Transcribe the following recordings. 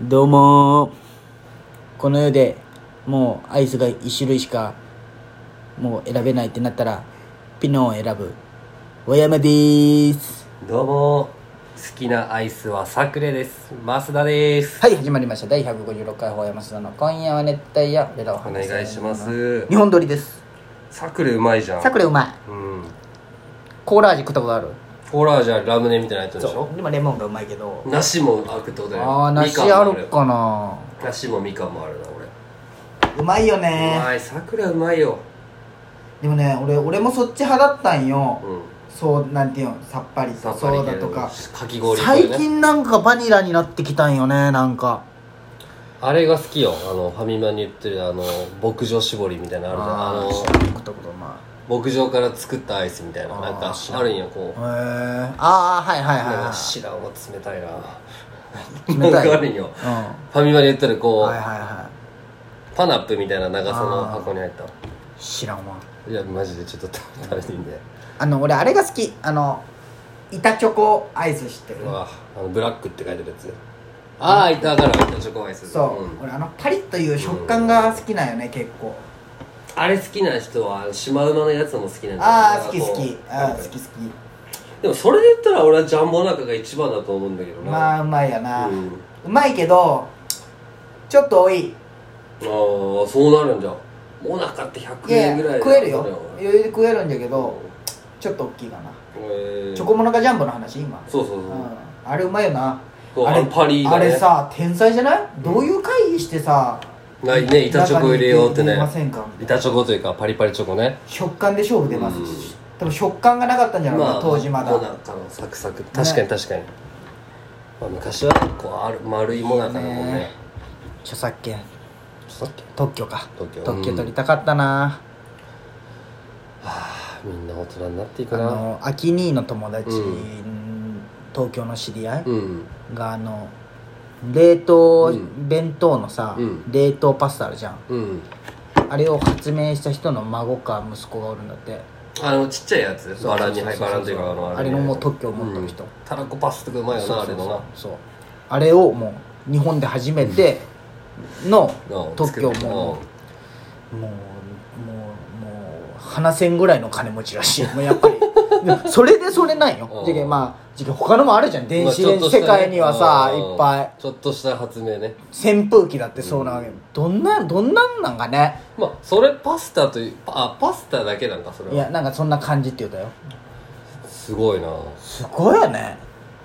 どうもこの世でもうアイスが一種類しかもう選べないってなったらピノを選ぶ和山でーすどうも好きなアイスはサクレです増田ですはい始まりました第156回和山須田の今夜は熱帯夜俺らをお話願いします日本撮りですサクレうまいじゃんさくれうまいうんコーラ味食ったことあるコーラ味はラムネみたいなやつでしょうでもレモンがうまいけど梨もあるってことだよああ梨みかあんもるかな梨もみかんもあるな俺うまいようまいサクレうまいよでもね俺俺もそっち派だったんようそうなんていうのさっぱりんさっぱり系のかき氷っぽいね最近なんかバニラになってきたんよねなんかあれが好きよあのファミマに売ってるあの牧場絞りみたいなのあるじゃんあー食ったことなの牧場から作ったアイスみたいなあーなんか知らんあるんよこういへえああはいはいはいなんかは知らんわ冷たいな冷たいなんかあるんよいファミマに売ってるこうう、んはいはいはパナップみたいな長さの箱に入ったい知らんわいやマジでち ょっと食べ食べていいんで、あの俺あれが好きあの板チョコアイス知ってるうわあのブラックって書いてるやつああいたからチョコアイスそう、ん俺あのパリッという食感が好きなんよね結構あれ好きな人はシマウマのやつも好きなんじゃないああ好き好きああ好き好きでもそれで言ったら俺はジャンボ中が一番だと思うんだけどなまああうまいやな、ううんまいけどちょっと多いあーそうなるんじゃんモナカって100いや円いぐやらい食えるよ俺余裕で食えるんだけどちょっと大きいかなえーチョコモナカジャンボの話今、そうそうそううんあれうまいよなそうあれパリがあねれさ天才じゃないどういう会議してさないね板チョコ入れようってね中に入れませんか板チョコというかパリパリチョコね食感で勝負出ますし多分食感がなかったんじゃないかな当時まだモナカのサクサク確かに確かに、まあ、昔はこうある丸いモナカだもんねね著作権さっき特許か特許特許取りたかったな、はあみんな大人になっていくあなのアキ兄の友達、う東京の知り合いうんがあの冷凍、うん弁当のさ、うん冷凍パスタあるじゃんうんあれを発明した人の孫か息子がおるんだってあのちっちゃいやつそうバラにそう入そうそうっバランというかあのあれのもう特許を持ってる人うんたらこパスとかうまいよなあれのなそうあれをもう日本で初めてのうん特許をもうもうもうもう話せんぐらいの金持ちらしいもうやっぱりでもそれでそれないようんじゃけまあじゃけ他のもあるじゃんうん電子まレあンちょジ世っとしたね界にはさうんいっぱいちょっとした発明ね扇風機だってそうなわけ、どんなどんなんなんかねまあそれパスタというあパスタだけなんかそいれはやなんかそんな感じって言うたよすごいなすごいよね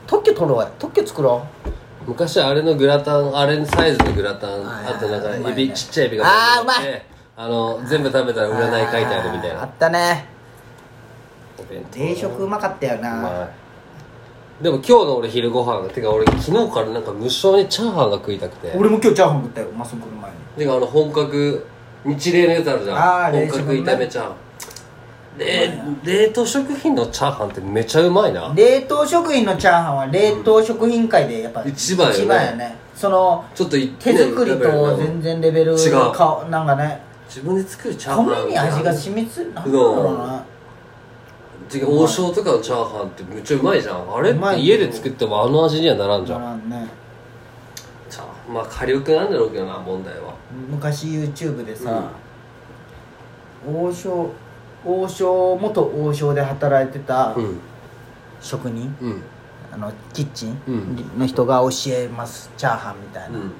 特許取ろうや特許作ろう昔あれのグラタンあれのサイズのグラタンはいはいあとなんかうエまいねビ、ちっちゃいエビがあーうまいいあの全部食べたら占い書いてあるみたいあーあなったねお弁当定食ううまかったよな、まいでも今日の俺昼ご飯てか俺昨日からなんか無性にチャーハンが食いたくて俺も今日チャーハン食ったよマスン来る前にてかあの本格日冷のやつあるじあーゃん冷本食格ね炒めチャーハンで冷凍食品のチャーハンってめちゃうまいな冷凍食品のチャーハンは冷凍食品界でやっぱ一番よねそのちょっとい手作りと全然レベル違うが顔なんかね自分で作るチャーハン米に味が染みついなんだろうなてか王将とかのチャーハンってめっちゃうまいじゃんあれっうまいて家で作ってもあの味にはならんじゃだんからねチャーハンまあ火力なんだろうけどな問題は昔 YouTube でさ、王将王将元王将で働いてたうん職人、うんあのキッチうンんの人が教えますチャーハンみたいな、うん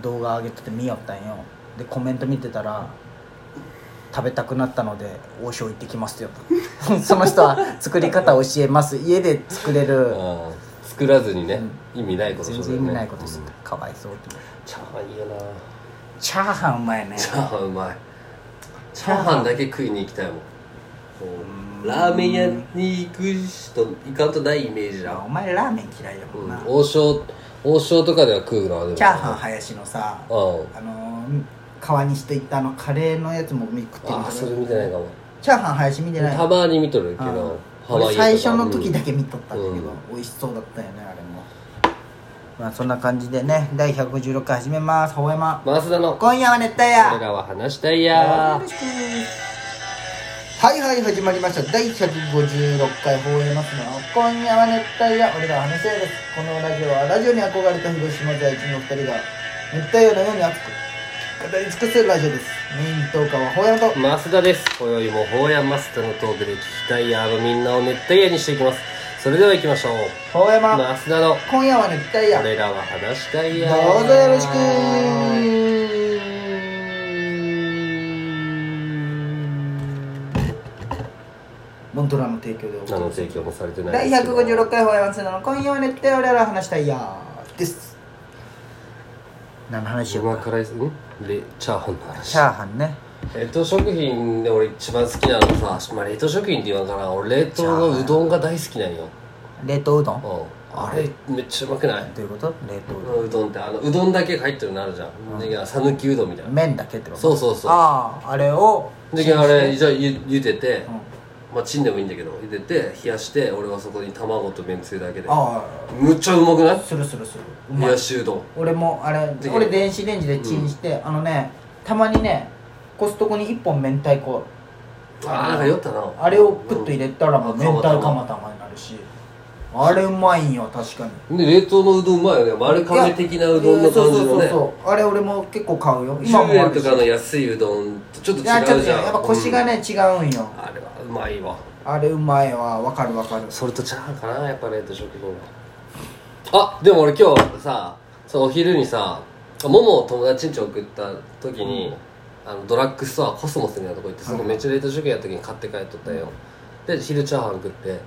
動画上げてて見よったんよでコメント見てたら「食べたくなったので王将行ってきますよ」 とその人は作り方教えます家で作れるあー作らずにね意味ないこと全す然るよ意ね味ないことするうんかわいそうってチャーハンいいよなチャーハンうまいねチャーハンうまいチャーハンだけ食いに行きたいもんこうラーメン屋に行く人行かんとないイメージだお前ラーメン嫌いだもうんな、ん王将王将とかでは食うなでもチャーハン林のさうんあのー川西といったあのカレーのやつも食ってるああそれ見てないかもチャーハン林見てないたまに見とるけどあハワ俺イとか最初の時だけ見とったんだけど、う美味しそうだったよねあれもまあそんな感じでね第156回始めますほほえまマスダの今夜は熱帯俺夜らは話したいやよろしくははいはい始まりました第156回放映ますの今夜は熱帯夜俺らは話し合いですこのラジオはラジオに憧れた広島在住の2人が熱帯夜のように熱く語り尽くすラジオですメイントーカーは放映と増田です今宵もほうやマスターのトークで聞きたいやーのみんなを熱帯夜にしていきますそれでは行きましょう放映ま増田の今夜は熱帯夜俺らは話したいやーどうぞよろしくモントラの提供でお送りします何の提供もされてない第ですけど156回放山瀬の今夜は熱帯俺ら話したいやーです何の話しよう今かからですんでチャーハンの話チャーハンね冷凍食品で俺一番好きなのさ、まあ、冷凍食品って言わんかな俺冷凍のうどんが大好きなんよ、冷凍うどんうどん、あれめっちゃうまくないういうこと冷凍うどうどんってあのうどんだけ入ってるのあるじゃんで讃岐うどんみたいなん麺だけってことそうそうそうあああれをであれじゃあゆ茹でて、まあチンでもいいんだけど茹でて冷やして俺はそこに卵とめんつゆだけであむっちゃうまくなあするするするうい冷まいやしうどん俺もあれで俺電子レンジでチンして、あのねたまにねコストコに1本明太子あーなんか酔ったなあれをプッと入れたらもううん明太釜玉になるしあれうまいんよ確かにで冷凍のうどんうまいよね丸亀的なうどんの感じのいやそうそうそうねそうあれ俺も結構買うよ今も10あ円るとしかの安いうどんとちょっと違いやちょっうとじねゃんやっぱ腰がね、ね、違うんようんあれはうまいわあれうまいわわかるわかるそれとチャーハンかなやっぱ冷凍食品はあでも俺今日さそのお昼にさももを友達ん家送った時に、あのドラッグストアコスモスみたいなとこ行ってそこめっちゃ冷凍食品やった時に買って帰っとったよ、で昼チャーハン食って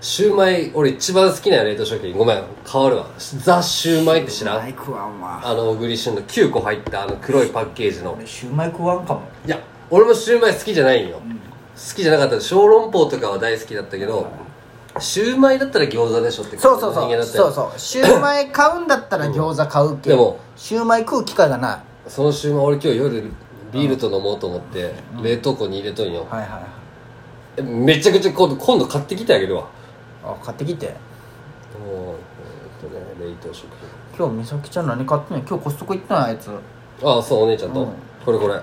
シューマイ俺一番好きな冷凍食品ごめん変わるわザ・シューマイって知らシュウマんイ食わんわあの小栗旬の9個入ったあの黒いパッケージの俺シュウマイ食わんかもいや俺もシューマイ好きじゃないんよ、好きじゃなかった小籠包とかは大好きだったけど、シューマイだったら餃子でしょってそうそうそ人う間だったそようそうシュウマイ買うんだったら餃子買うけどでもシュウマイ食う機会がなそのシューマイ俺今日夜ビールと飲もうと思って、冷凍庫に入れとんよい、はいはいえめちゃくちゃ今度今度買ってきてあげるわあ買ってきてもうえーっとね冷凍食今日美咲ちゃん何買ってんの今日コストコ行ったのあいつ品ああそうお姉ちゃんと、うんこれこれ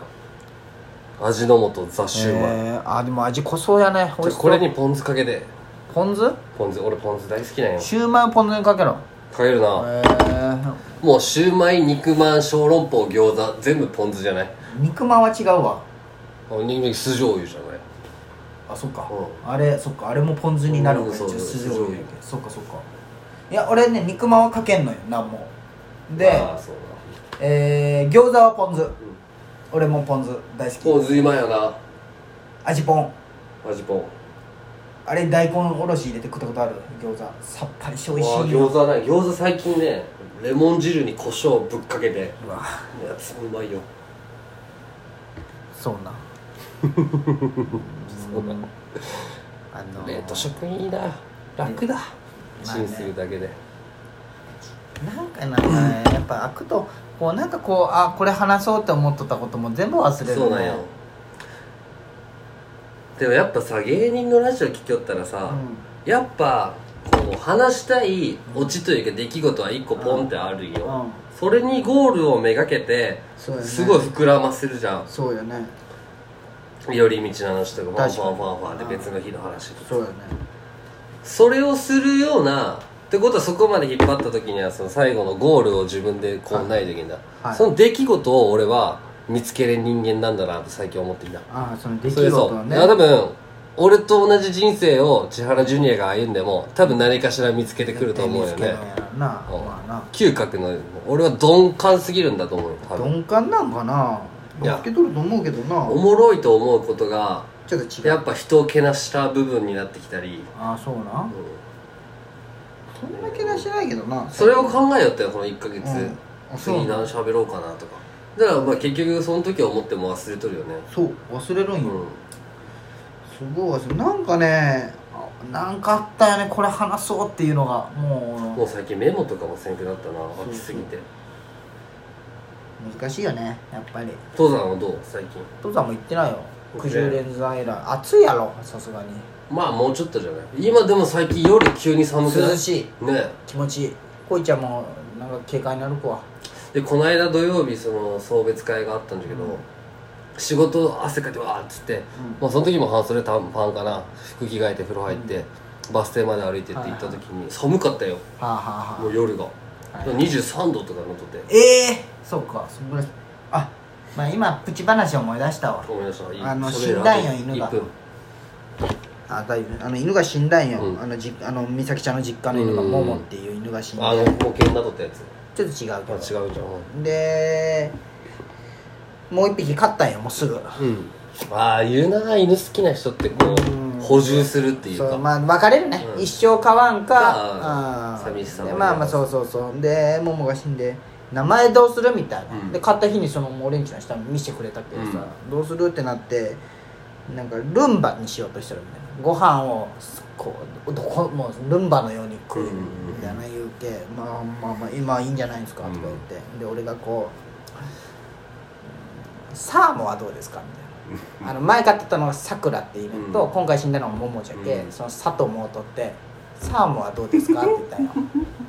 味の素ザ・シューマイ、えーあでも味濃そうやね美味しそうこれにポン酢かけてポン酢ポン酢俺ポン酢大好きなんよシュウマイをポン酢にかけろかけるな、えー、もうシューマイ肉まん小籠包餃子全部ポン酢じゃない肉まんは違うわあ人間酢醤油じゃないあそっか、うあれそっかあれもポン酢になるわうん一そ応う酢酢醤醤油油だけそっかそっかいや俺ね肉まんはかけんのよ何もでああそうだえー、餃子はポン酢、俺もポン酢大好ポきン酢今よな味ポンマジポンあれ大根おろし入れて食ったことある餃子さっぱりして美味わあしいよ餃子ない餃子最近ねレモン汁に胡椒ぶっかけてやうわつうまいよそうなそうだあの冷凍食品いいな楽だまあチねンするだけでなんかなやっぱ開くとこうなんかこうあこれ話そうって思っとったことも全部忘れるねそうなんよでもやっぱさ芸人のラジオ聞きよったらうさんやっぱこう話したいオチというか出来事は一個ポンってあるんようんそれにゴールをめがけてそうよねすごい膨らませるじゃんそうよね寄り道の話とか確かにファンファンファンファンって別の日の話とかそうよねそれをするようなってことはそこまで引っ張った時にはその最後のゴールを自分でこうないといけないんだ、はいその出来事を俺は見つけれる人間なんだなって最近思ってきたああその出来それ事そをう、ねだから多分俺と同じ人生を千原ジュニアが歩んでも多分何かしら見つけてくると思うよ絶対ね見つけるんやろなま嗅覚の俺は鈍感すぎるんだと思うよあ多な分鈍感なんかないや見つけとると思うけどなおもろいと思うことがちょっと違うやっぱ人をけなした部分になってきたり、ああそうなうんそんな気がしないけどなそれを考えよったよこの1ヶ月、うんあそう次何喋ろうかなとかだからまあ結局その時は思っても忘れとるよねそう忘れるうんよんすごい忘れなんかねあなんかあったよねこれ話そうっていうのがももう最近メモとかもせんくなったな飽きすぎてう難しいよねやっぱり登山はどう最近父さんも言ってないよ僕九ね十連山以来暑いやろさすがにまあもうちょっとじゃない今でも最近夜急に寒くな涼いしいねえ気持ちいいこいちゃんもなんか警戒になる子はでこの間土曜日その送別会があったんだけど、仕事汗かいてわーっつって、まあ、その時も半袖短パンかな服着替えて風呂入って、バス停まで歩いてって行った時に寒かったよはあはあもはう夜が、い23度とかのとってええそうかそんぐらいあまあ今プチ話思い出したわごめんなさいあの喋る死んだんよ犬が1分あだいぶあの犬が死んだんよ、うんあのじあの美咲ちゃんの実家の犬がうんモモっていう犬が死んだあの保険などったやつちょっと違うけあど違うじゃんでもう一匹飼ったんよもうすぐうんああ言うな犬好きな人ってこうんう補充するっていうそうかまあ別れるね、うん一生飼わんかかうん寂しさもでまあまあそうそうそうでモモが死んで名前どうするみたいな、うんで買った日にその俺んちの下見せてくれたけどさ、どうするってなってなんかルンバにしようとしてるみたいなご飯をこうどこもうルンバのように食うみたいな言うけ、まあまあまあ今はいいんじゃないですかとか言って、で俺がこう「サーモンはどうですか?」 みたいな。あの前買ってたのがさくらっていう犬と、うん今回死んだのがももじゃけ、うんその佐ともを取って「サーモンはどうですか?」って言った んよ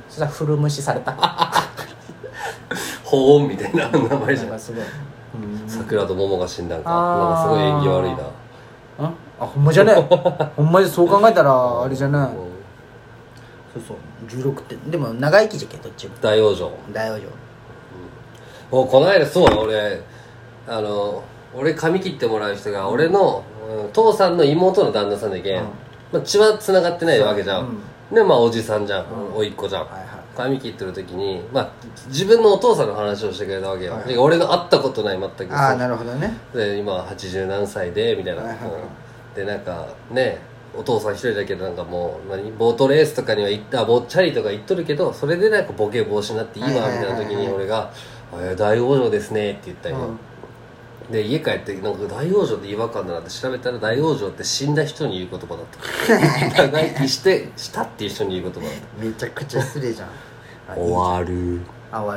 そしたら古虫されたな保温みたいな名前じんゃかんすごい、うん、桜と桃が死んだんかなんあーかすごい縁起悪いなあほんまじゃ ねえほんまにそう考えたらあれじゃねえうんそうそう16点でも長生きじゃけどっちも大往生大王女もうこの間そうだ俺あの俺髪切ってもらう人が俺の、うん父さんの妹の旦那さんだうけ、んんまあ、血は繋がってないわけじゃん、でまあおじさんじゃん、うんおいっ子じゃん、はいはい髪切ってる時に、まあ、自分のお父さんの話をしてくれたわけよ、はいで俺の会ったことない全くああそなるほどねうで今80何歳でみたいな、はいはいはいうんでなんかねお父さん一人だけどなんかもう何ボートレースとかには行ったボッチャリとか行っとるけどそれでなんかボケ防止になっていいわみはいはいたはいいはいな時に俺が「えー大往生ですね」って言ったよ、うんで家帰ってなんか大往生って違和感だなって調べたら大往生って死んだ人に言う言葉だった 長生きしてしたっていう人に言う言葉だっ めちゃくちゃ失礼じゃんた終わるあ終わ